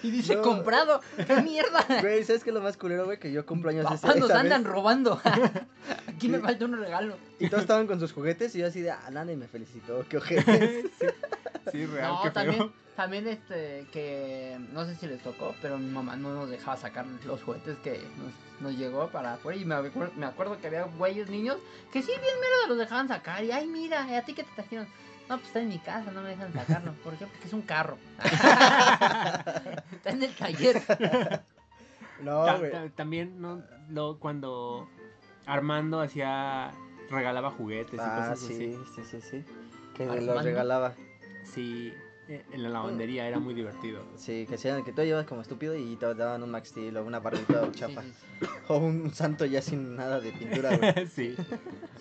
S4: Y dice
S2: No.
S4: comprado. ¡Qué mierda!
S2: Güey, ¿sabes qué es lo más culero, güey? Que yo cumplo años ese,
S4: Papá nos
S2: esa
S4: andan
S2: vez.
S4: robando. Aquí me
S2: Sí.
S4: falta un regalo.
S2: Y todos estaban con sus juguetes y yo así de, ah, nadie me felicitó, qué ojete.
S3: sí, sí, real,
S4: No,
S3: qué feo.
S4: también, también este, que no sé si les tocó, pero mi mamá no nos dejaba sacar los juguetes que nos, nos llegó para afuera. Y me acuerdo, me acuerdo que había güeyes niños que sí, bien mero los dejaban sacar. Y ay, mira, ¿a ti qué te trajeron? No, pues está en mi casa, no me dejan sacarlo. ¿Por qué? Porque es un carro. está en el taller.
S2: No,
S3: Ta-
S2: güey.
S3: ta- también no, lo- cuando Armando hacía regalaba juguetes y
S2: Ah,
S3: cosas
S2: sí, sí, sí, sí. Que
S4: Armando.
S2: los regalaba.
S3: así. Sí, eh, en la lavandería era muy divertido.
S2: Sí, que hacían que tú llevas como estúpido y te daban un Max Steel o una barbita o chapa.
S4: Sí, sí,
S2: O un santo ya sin nada de pintura, güey.
S3: sí.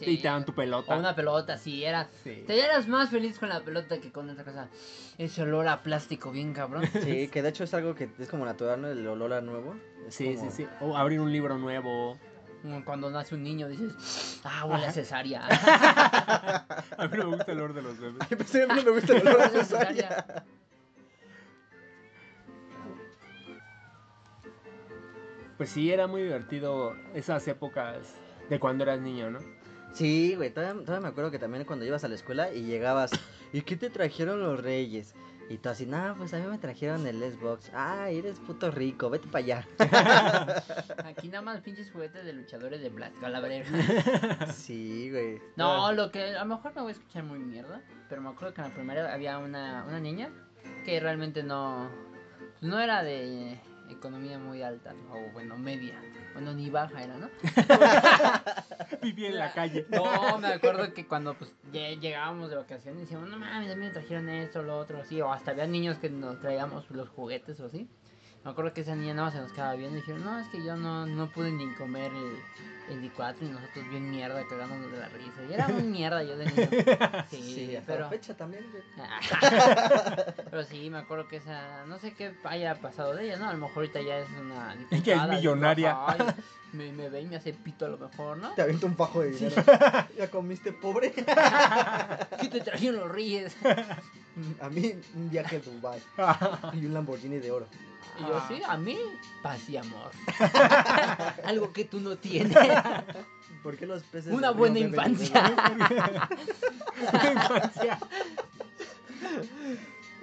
S4: sí.
S3: Y te daban tu pelota.
S4: O una pelota, sí, era.
S3: Sí.
S4: Te eras más feliz con la pelota que con otra cosa. Ese olor a plástico bien cabrón.
S2: Sí, que de hecho es algo que es como natural, ¿no? El olor a nuevo. Es
S3: Sí,
S2: como-
S3: sí, sí. O abrir un libro nuevo.
S4: Mm, Cuando nace un niño dices, ah, huele a
S3: Ajá.
S4: cesárea.
S3: A mí no me gusta el olor de los bebés.
S2: Ay, pensé que no me gusta el olor a
S4: Huele a
S2: cesárea.
S4: cesárea.
S3: Pues sí, era muy divertido esas épocas de cuando eras niño, ¿no?
S2: Sí, güey, todavía, todavía me acuerdo que también cuando ibas a la escuela y llegabas, ¿y qué te trajeron los reyes? Y tú así, nada, pues a mí me trajeron el Xbox. Ah, eres puto rico, vete para allá.
S4: Aquí nada más pinches juguetes de luchadores de plástico, a la verga.
S2: Sí, güey.
S4: No,
S2: Ah,
S4: lo que a lo mejor me voy a escuchar muy mierda, pero me acuerdo que en la primaria había una, una niña que realmente no pues, no era de economía muy alta, o bueno, media, bueno, ni baja era, ¿no?
S3: Vivía en la calle.
S4: No, me acuerdo que cuando pues lle- llegábamos de vacaciones decíamos, no mames, a mí me trajeron esto, lo otro, así, o hasta había niños que nos traíamos los juguetes o así. Me acuerdo que esa niña nada más se nos quedaba viendo y dijeron, no, es que yo no, no pude ni comer el, el licuato y nosotros bien mierda cagándonos de la risa. Y era un mierda yo de niño. Sí,
S2: Sí, hasta
S4: pero...
S2: la fecha también, güey.
S4: pero sí, me acuerdo que esa, no sé qué haya pasado de ella, ¿no? A lo mejor ahorita ya es una...
S3: es
S4: diputada,
S3: millonaria.
S4: digo, "Ay, me, me ve y me hace pito a lo mejor, ¿no?
S2: Te aviento un fajo de dinero. Ya comiste, pobre.
S4: ¿Qué te trajeron los reyes?
S2: A mí, un viaje a Dubai y un Lamborghini de oro.
S4: Y yo,
S3: Ah.
S4: sí, a mí, paz y amor. Algo que tú no tienes.
S2: ¿Por qué los peces?
S4: Una
S2: son
S4: buena
S2: ríos de
S4: infancia.
S3: Infancia.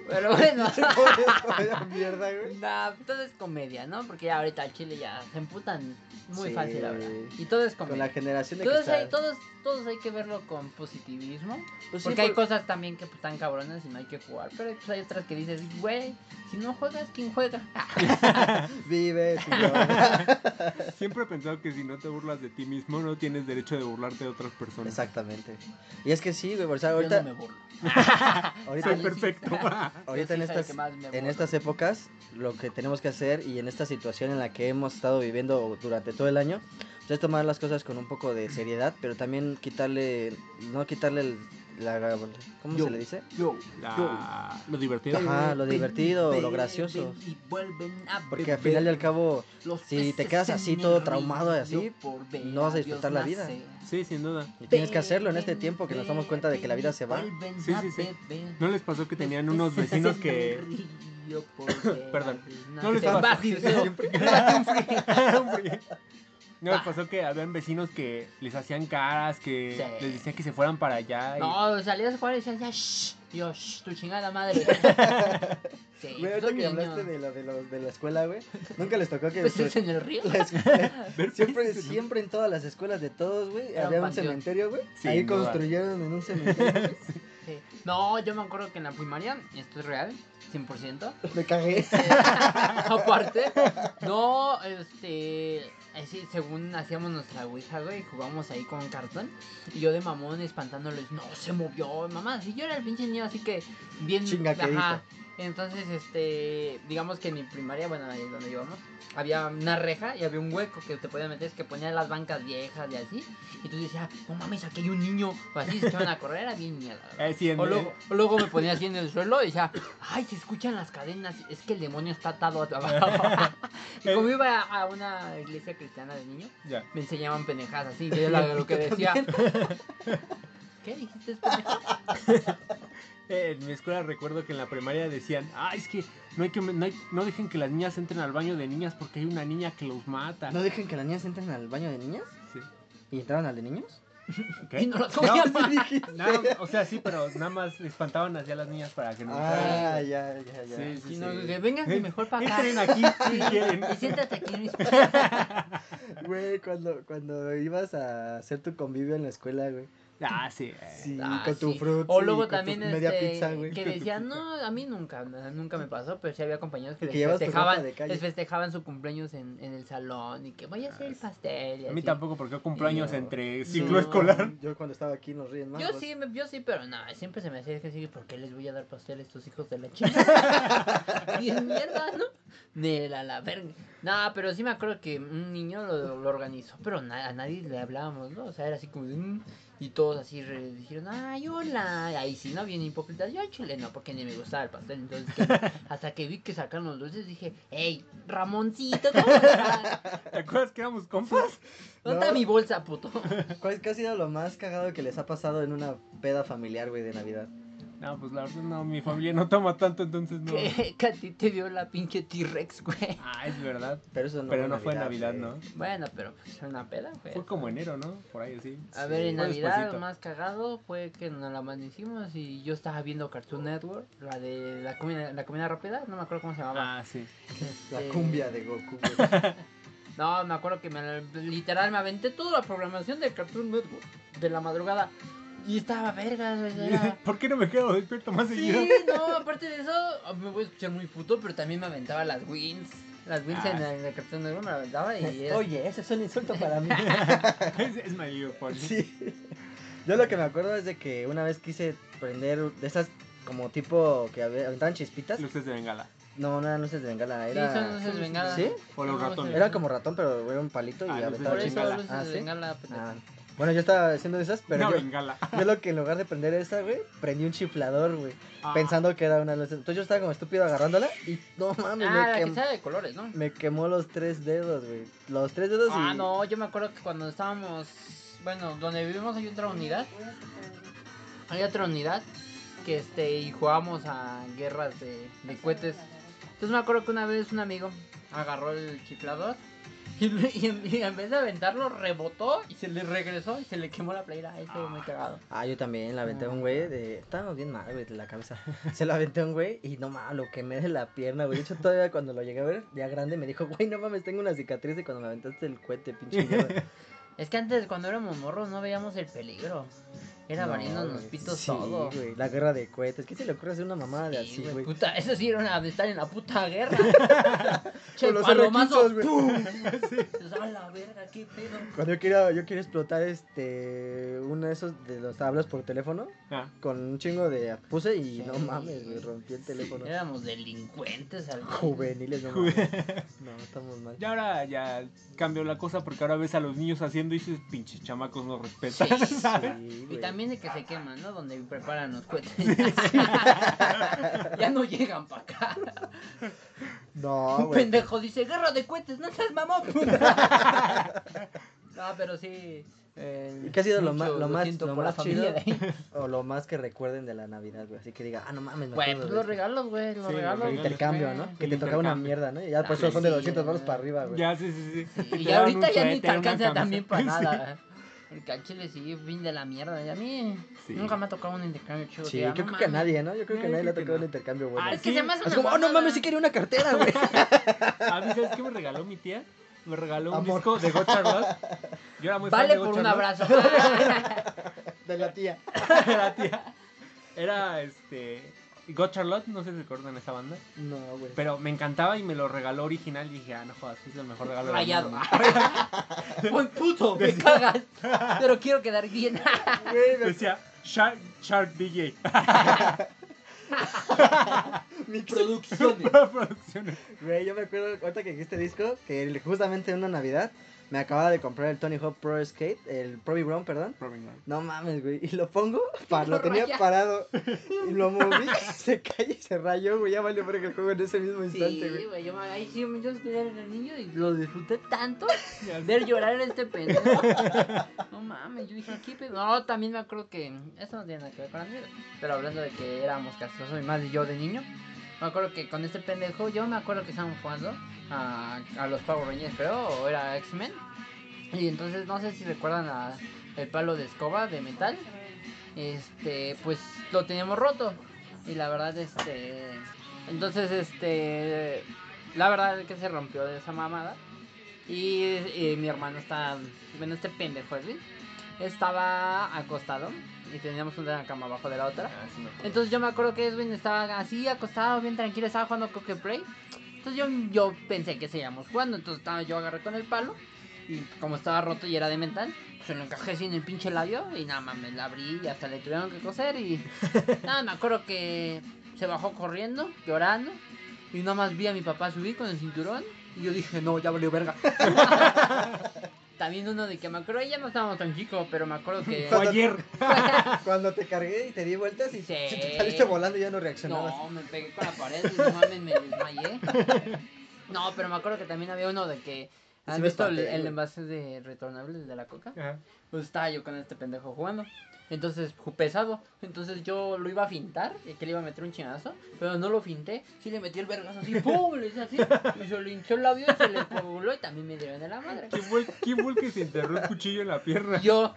S4: Pero bueno.
S2: Venezuela? Pobre, pobre mierda, güey.
S4: Nah, todo es comedia, ¿no? Porque ya ahorita al Chile ya se emputan muy
S2: Sí.
S4: fácil ahora. Y todo es
S2: Con la
S4: comedia.
S2: generación de que
S4: Todos hay,
S2: está-
S4: todos, todos hay que verlo con positivismo.
S2: Pues sí,
S4: porque hay
S2: por-
S4: cosas también que pues, están cabronas y no hay que jugar. Pero pues, hay otras que dices, güey, si no juegas, ¿quién juega?
S2: Ah, Vive, señor.
S3: Siempre he pensado que si no te burlas de ti mismo, no tienes derecho de burlarte de otras personas.
S2: Exactamente. Y es que sí, güey, o sea,
S4: Yo no
S2: ahorita...
S4: me burlo.
S2: ahorita
S3: Soy perfecto.
S2: ahorita
S4: sí
S2: en
S4: es el
S2: estas,
S4: que más me
S2: en
S4: borro.
S2: estas épocas, lo que tenemos que hacer y en esta situación en la que hemos estado viviendo durante todo el año, pues, es tomar las cosas con un poco de seriedad, pero también quitarle, no quitarle el- la, ¿cómo
S3: Yo.
S2: se le dice?
S1: Yo,
S3: La- Lo divertido.
S2: Ajá, lo
S4: Ven,
S2: divertido,
S4: ven,
S2: lo gracioso.
S4: ven y vuelven a
S2: Porque al
S4: beber.
S2: final y al cabo,
S4: Los
S2: si te
S4: peces
S2: quedas
S4: en
S2: así
S4: el
S2: todo traumado y así,
S4: río por ver
S2: no vas a
S4: Dios
S2: disfrutar la vida.
S4: nacer.
S3: Sí, sin duda.
S2: tienes que hacerlo en este
S4: Ven,
S2: tiempo que nos damos cuenta de que la vida se va.
S4: vuelven
S3: Sí,
S4: a
S3: sí, sí.
S4: beber.
S3: ¿No les pasó que tenían
S4: Los
S3: unos
S4: peces
S3: vecinos
S4: en
S3: que...
S4: el río por ver
S3: Perdón.
S4: a Dios
S3: No les
S4: nacer.
S3: pasó.
S4: Vas, Dirceo.
S3: No, les pasó que habían vecinos que les hacían caras, que
S4: Sí.
S3: les decían que se fueran para allá. y-
S4: No, salías a jugar y decías ya, shh, Y yo, shh, tu chingada madre. pues, sí,
S2: Güey,
S4: son
S2: ahorita que
S4: niños. Pues
S2: hablaste de, la- de, los- de la escuela, güey, nunca les tocó que... pues,
S4: Peces en el río.
S2: la escuela-
S3: Ver
S2: Siempre,
S3: peces, ¿no?
S2: siempre en todas las escuelas de todos, güey,
S4: Era un
S2: había un
S4: panteón.
S2: cementerio, güey.
S3: Sin
S2: Ahí
S3: duda.
S2: construyeron en un cementerio.
S4: Sí. No, yo me acuerdo que en la primaria, esto es real, 100%.
S2: Me cagué.
S4: este, Aparte, no, este. Así, según hacíamos nuestra ouija, güey, jugamos ahí con cartón. Y yo de mamón espantándoles, no, se movió, mamá. Si yo era el pinche niño, así que bien.
S2: Chingaquerito.
S4: Entonces, este. Digamos que en mi primaria, bueno, ahí donde íbamos, había una reja y había un hueco que te podías meter, es que ponían las bancas viejas y así. Y tú decías, no mames, aquí hay un niño. O así se echaban a correr, era bien mierda. la verdad.
S3: Eh, sí, en-
S4: O luego, o luego me ponía así en el suelo y decía, ay, se escuchan las cadenas, es que el demonio está atado a tu abajo. y como iba a una iglesia cristiana de niño,
S3: eh, Ya.
S4: me enseñaban pendejas así, que era lo que decía. ¿Qué dijiste? pendejo?
S3: Eh, en mi escuela recuerdo que en la primaria decían, ah, es que no hay que no, hay- no dejen que las niñas entren al baño de niñas porque hay una niña que los mata.
S2: ¿No dejan que las niñas entren al baño de niñas?
S3: Sí.
S2: ¿Y entraron al de niños?
S3: ¿Ok?
S4: Y no lo ¿cómo se llama?
S3: No, o sea, sí, pero nada más espantaban hacia las niñas para que no entraran.
S2: Ah, ya, ya, ya.
S3: Sí, sí,
S4: Y no,
S3: sí.
S4: que vengan que mejor para acá.
S3: Entren aquí si quieren.
S4: Y siéntate aquí, Luis.
S2: Güey, cuando, cuando ibas a hacer tu convivio en la escuela, güey.
S3: Ah, sí.
S2: Sí,
S4: Ah,
S2: con tu
S4: sí.
S2: fruta.
S4: O luego
S2: y con tu
S4: también
S2: media
S4: este,
S2: pizza, güey.
S4: que decían, no, a mí nunca, nunca me pasó, pero sí había compañeros que,
S2: Que
S4: les,
S2: llevas tu ropa
S4: festejaban,
S2: de calle.
S4: les festejaban su cumpleaños en, en el salón y que voy a hacer el pastel. y
S3: A mí
S4: así.
S3: tampoco, porque yo cumplo años
S2: No.
S3: entre
S2: Sí,
S3: ciclo
S4: No.
S3: escolar.
S2: Yo cuando estaba aquí nos ríen más.
S4: Yo
S2: güey.
S4: sí, me- yo sí, pero nada, siempre se me hacía que sí, ¿por qué les voy a dar pastel a estos hijos de la chica? Bien mierda, ¿no? De la, la verga. Nada, pero sí me acuerdo que un niño lo, lo organizó, pero na- a nadie le hablábamos, ¿no? O sea, era así como de, "Mm", Y todos así re- dijeron, ay, hola. Y ahí sí, ¿no? Bien hipócrita. Yo al chile no, porque ni me gustaba el pastel. Entonces, que- hasta que vi que sacaron los dulces, dije, hey, Ramoncito, ¿cómo estás?
S3: ¿Te acuerdas que éramos compas?
S4: ¿Dónde está
S2: No.
S4: mi bolsa, puto?
S2: ¿Cuál qué ha sido lo más cagado que les ha pasado en una peda familiar, güey, de Navidad?
S3: No, pues la verdad no, mi familia no toma tanto, entonces no.
S4: Que, que a ti te dio la pinche T-Rex, güey.
S3: Ah, es verdad.
S2: Pero eso no
S3: Pero no fue en Navidad,
S2: güey.
S3: ¿no?
S4: Bueno, pero pues fue una peda, güey.
S3: Fue como enero, ¿no? Por ahí así.
S4: A ver, en
S3: Fue
S4: Navidad
S3: despacito.
S4: lo más cagado fue que nos la amanecimos y yo estaba viendo Cartoon Network, la de la comida, la comida rápida, no me acuerdo cómo se llamaba.
S3: Ah, sí.
S2: La
S4: Este,
S2: cumbia de Goku, güey.
S4: No, me acuerdo que me, la- literal me aventé toda la programación de Cartoon Network de la madrugada y estaba verga, güey. era-
S3: ¿Por qué no me quedo despierto más seguido?
S4: Sí, no, aparte de eso, ah, me voy a escuchar muy puto, pero también me aventaba las wins. Las wins
S3: Ah.
S4: en, el, en el Cartoon Network me las aventaba y era-
S2: Oye, ese es un insulto para mí.
S3: es, es my little pony.
S2: Sí. Yo lo que me acuerdo es de que una vez quise prender de esas como tipo que ave- aventaban chispitas.
S3: Luces de bengala.
S2: No, no eran luces de bengala, era...
S4: Sí, son luces de bengala.
S2: ¿Sí?
S3: O los
S4: No,
S3: ratones.
S4: se-
S2: Era como ratón, pero era un palito y
S3: Ah, luces de
S2: aventaba
S4: Por eso
S2: chispitas.
S3: bengala.
S4: luces
S2: Ah,
S4: de
S2: ¿sí?
S4: bengala, pues, pendejo.
S2: Ah, Bueno, yo estaba haciendo esas, pero
S3: Una
S2: yo,
S3: bengala.
S2: yo lo que en lugar de prender esa, güey, prendí un chiflador, güey.
S3: Ah,
S2: Pensando que era una luz. Entonces yo estaba como estúpido agarrándola y no mames,
S4: Ah, la
S2: me,
S4: que
S2: quem-
S4: sea de colores, ¿no?
S2: me quemó los tres dedos, güey. Los tres dedos y...
S4: Ah, no, yo me acuerdo que cuando estábamos. Bueno, donde vivimos hay otra unidad. Hay otra unidad que este. Y jugábamos a guerras de, de cohetes. Entonces me acuerdo que una vez un amigo agarró el chiflador. Y, lo- y en, y en vez de aventarlo, rebotó y se le regresó y se le quemó la playera. Ahí estuvo muy cagado.
S2: Ah, yo también la aventé a un
S4: Ah.
S2: güey de... Estábamos bien mal, güey, de la cabeza. Se lo aventé a un güey y no mames, lo quemé de la pierna, güey. De hecho, todavía cuando lo llegué a ver, ya grande, me dijo, güey, no mames, tengo una cicatriz de cuando me aventaste el cohete, pinche mierda".
S4: Es que antes, cuando éramos morros, no veíamos el peligro. Era
S2: No,
S4: variando los
S2: güey,
S4: pitos
S2: sí,
S4: todo.
S2: güey, La guerra de cohetes. ¿Qué se le ocurre hacer una mamada de
S4: Sí,
S2: así,
S4: güey, pues.
S2: güey?
S4: puta, eso sí era una, de estar en la puta guerra. che,
S2: Con los
S4: palomazo,
S2: R15, güey.
S4: pum. A la verga, qué pedo.
S2: Cuando yo quiero, yo quiero explotar este uno de esos de los hablas por teléfono
S3: Ah,
S2: con un chingo de puse y
S4: Sí,
S2: no mames, güey,
S4: güey.
S2: rompí el teléfono.
S4: Éramos delincuentes al
S2: Juveniles, no mames. No, estamos mal.
S3: ya ahora ya cambió la cosa porque ahora ves a los niños haciendo y dices, pinches chamacos no respetan,
S4: Sí,
S3: ¿sabes?
S2: Sí,
S4: Y
S2: güey.
S4: también de que se queman, ¿no? Donde preparan los cohetes. ya no llegan para acá.
S2: No,
S4: Un
S2: güey.
S4: pendejo dice, guerra de cohetes, no seas mamón. no, pero sí. eh,
S2: ¿Y qué ha sido lo más-
S4: mucho
S2: lo más-
S4: siento
S2: lo
S4: por
S2: más
S4: la familia de ahí.
S2: O lo más que recuerden de la Navidad, güey. Así que diga, ah, no mames, me
S4: Güey,
S2: acuerdo
S4: pues
S2: de
S4: los
S2: esto.
S4: regalos, güey, los
S3: Sí, los
S4: regalos.
S2: El intercambio, Ah, ¿no?
S4: güey.
S2: Que
S3: El
S2: te tocaba una
S3: intercambio.
S2: mierda, ¿no? Y ya por eso
S4: Dame,
S2: son de
S4: sí,
S2: 200 baros
S4: ya.
S2: para arriba, güey.
S3: Ya, sí, sí, sí. Te
S4: Y
S3: daban
S4: ahorita
S3: un
S4: ya ni
S3: suéter,
S4: te
S3: una
S4: alcanza
S3: camisa.
S4: también para
S3: Sí.
S4: nada. Porque al chile sí, fin de la mierda. Y a mí
S3: Sí.
S4: nunca me ha tocado un intercambio chido.
S2: Sí,
S4: diga,
S2: creo
S4: no
S2: que a
S4: mames.
S2: nadie, ¿no? Yo creo que a
S3: No,
S2: nadie le ha
S3: creo que
S2: tocado un
S3: no.
S2: intercambio, güey.
S4: Ah, es que
S3: Sí.
S4: se me hace
S2: Es
S4: una
S2: como, oh, no
S4: mamada".
S2: mames, sí quería una cartera, güey.
S3: A mí, ¿sabes qué me regaló mi tía? Me regaló un
S2: Amor.
S3: disco de Gotcha Rock. Yo era muy fan
S4: Vale
S3: de
S4: por
S3: Gotcha
S4: un
S3: Rock.
S4: abrazo.
S2: De la tía.
S3: Era tía. Era este. God Charlotte, no sé si recuerdan esa banda.
S2: No, güey.
S3: Pero me encantaba y me lo regaló original. Y dije, ah, no jodas, es el mejor regalo. del
S4: Rayado. Ah,
S3: mundo".
S4: Buen puto, me cagas. Pero quiero quedar bien.
S2: Güey, me-
S3: Decía, Shark, Shark DJ.
S2: mi
S4: Producciones.
S3: Producciones.
S2: Güey, yo me acuerdo ahorita que dijiste disco, que el- justamente en una Navidad me acababa de comprar el Tony Hawk Pro Skate, el Pro V Brown, perdón. No mames, güey. Y lo pongo, pa- lo
S4: lo
S2: tenía
S4: raya.
S2: parado. Y lo moví, se cae y se rayó, güey. Ya valió verga el juego en ese mismo instante,
S4: Sí,
S2: güey.
S4: güey, yo me ahí sí, yo quería ver al niño y lo disfruté tanto
S3: Ya sé.
S4: ver llorar a este pendejo. No mames, yo dije, ¿qué pedo? No, también me acuerdo que. Esto no tiene nada que ver con la mierda. Pero hablando de que éramos castrosos, mi madre y yo de niño. Me acuerdo que con este pendejo, yo me acuerdo que estábamos jugando a, a los Power Rangers, creo, o era X-Men. Y entonces, no sé si recuerdan a- el palo de escoba de metal. Este, pues lo teníamos roto. Y la verdad, este. Entonces, este. La verdad es que se rompió de esa mamada. Y eh, mi hermano está. Bueno, este pendejo Edwin. Estaba acostado. Y teníamos una cama abajo de la otra.
S3: Ah, sí, me acuerdo.
S4: Entonces yo me acuerdo que Edwin estaba así acostado, bien tranquilo, estaba jugando Coque Play. Entonces yo, yo pensé que seguíamos jugando, entonces estaba, yo agarré con el palo y como estaba roto y era de mental, se lo encajé así en el pinche labio y nada más me la abrí y hasta le tuvieron que coser y nada, me acuerdo que se bajó corriendo, llorando y nada más vi a mi papá subir con el cinturón y yo dije, no, ya valió verga. También uno de que me acuerdo, ya no estábamos tan chicos, pero me acuerdo que...
S3: Fue ayer.
S2: Cuando te cargué y te di vueltas y
S4: Sí.
S2: si te saliste volando ya no reaccionabas.
S4: No, me pegué con la pared y no mames, me desmayé. No, pero me acuerdo que también había uno de que. ¿Has
S2: Sí me
S4: visto el,
S2: espanté,
S4: el
S2: güey.
S4: envase de retornable el de la coca?
S3: Ajá.
S4: Pues estaba yo con este pendejo jugando. Entonces, ju- pesado. Entonces yo lo iba a fintar, y que le iba a meter un chinazo, pero no lo finté. Sí le metí el vergazo así, ¡pum! Le hice así. Y se le hinchó el labio y se le coaguló y también me dieron en la madre.
S3: ¿Quién fue, quién fue el que se enterró el cuchillo en la pierna?
S4: Yo.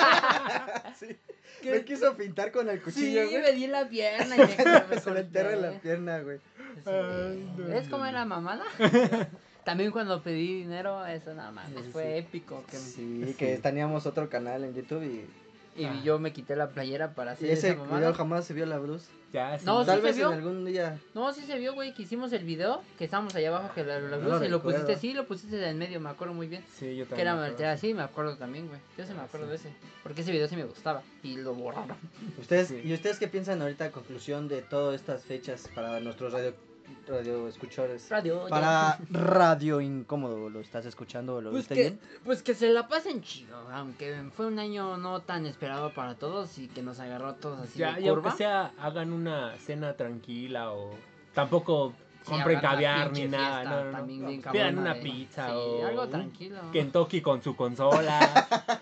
S2: Sí.
S4: ¿Qué?
S2: Me quiso pintar con el cuchillo,
S4: sí,
S2: güey.
S4: me di en la pierna y me, me
S2: Se le enterró en
S4: corté.
S2: la pierna, güey.
S3: Ay,
S4: Sí.
S3: no,
S4: ¿Ves
S3: no,
S4: cómo
S3: no.
S4: era mamada? También cuando pedí dinero, eso nada más,
S2: Sí,
S4: fue
S2: sí.
S4: épico. que-
S2: Sí, que teníamos otro canal en YouTube y,
S4: Y
S3: Ah.
S4: yo me quité la playera para hacer
S2: y ese
S4: esa mamada.
S2: video jamás se vio a la luz.
S3: Ya, sí.
S4: No,
S3: me-
S4: sí.
S2: Tal
S4: se
S2: vez en
S4: vio.
S2: algún día.
S4: No, sí se vio, güey, que hicimos el video, que estábamos allá abajo, que la, la
S2: No
S4: luz,
S2: lo
S4: y lo
S2: Ah, recuerdo.
S4: pusiste, sí, lo pusiste en medio, me acuerdo muy bien.
S3: Sí, yo
S4: Que
S3: también.
S4: era
S3: me acuerdo.
S4: era así, me acuerdo también, güey. Yo se me
S3: Ah,
S4: acuerdo
S3: sí.
S4: de ese. Porque ese video sí me gustaba. Y lo borraron.
S2: ¿Ustedes,
S3: Sí.
S2: ¿Y ustedes qué piensan ahorita a conclusión de todas estas fechas para nuestros radio, radio escuchadores?
S4: Radio.
S2: Para Radio Incómodo, ¿lo estás escuchando o lo
S4: Pues
S2: viste
S4: que,
S2: bien?
S4: pues que se la pasen chido, aunque fue un año no tan esperado para todos y que nos agarró a todos así
S3: Ya,
S4: de
S3: y aunque
S4: curva.
S3: sea, hagan una cena tranquila o tampoco
S4: Sí,
S3: compren
S4: agarra
S3: caviar
S4: pinche
S3: ni nada.
S4: fiesta,
S3: no, no, no.
S4: también bien
S3: Pidan
S4: cabrona
S3: una
S4: de-
S3: pizza
S4: sí,
S3: o
S4: algo
S3: un
S4: tranquilo.
S3: Kentucky con su consola.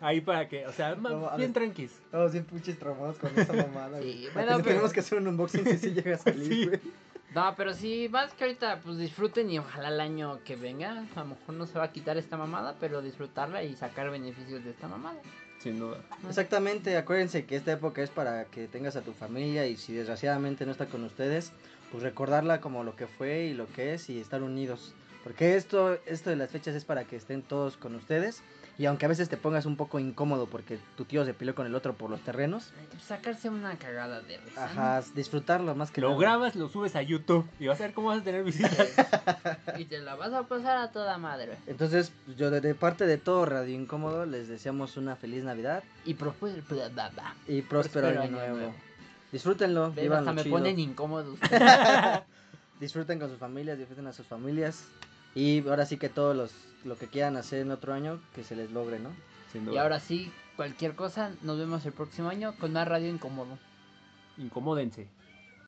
S3: Ahí para que, o sea, ma-
S2: No, a
S3: bien
S2: ver.
S3: tranquis.
S2: Todos bien puches traumados con esa mamada.
S4: Sí,
S2: güey.
S4: bueno,
S2: Porque
S4: pero-
S2: Tenemos que hacer un unboxing si sí llega a salir,
S3: Sí.
S2: güey.
S4: No, pero sí, más que ahorita pues disfruten y ojalá el año que venga, a lo mejor no se va a quitar esta mamada, pero disfrutarla y sacar beneficios de esta mamada.
S3: Sin duda.
S2: Exactamente, acuérdense que esta época es para que tengas a tu familia y si desgraciadamente no está con ustedes, pues recordarla como lo que fue y lo que es y estar unidos. Porque esto, esto de las fechas es para que estén todos con ustedes Y aunque a veces te pongas un poco incómodo porque tu tío se peleó con el otro por los terrenos,
S4: pues, Sacarse una cagada de risa.
S2: ajá, disfrutarlo más que
S3: Lo
S2: nada.
S3: grabas, lo subes a YouTube y vas a ver cómo vas a tener visitas.
S4: ¿no? Y te la vas a pasar a toda madre.
S2: Entonces, pues, yo de, de parte de todo Radio Incómodo les deseamos una feliz Navidad
S4: Y propuse. bla, bla, bla.
S2: y próspero
S4: Próspero
S2: año
S4: año
S2: nuevo.
S4: nuevo.
S2: Disfrútenlo,
S4: Ve,
S2: vivan
S4: hasta me ponen incómodo ustedes.
S2: Disfruten con sus familias, disfruten a sus familias y ahora sí que todos los lo que quieran hacer en otro año que se les logre, ¿no?
S3: Sin duda.
S4: Y ahora sí, cualquier cosa, nos vemos el próximo año con más radio incómodo.
S3: Incomódense.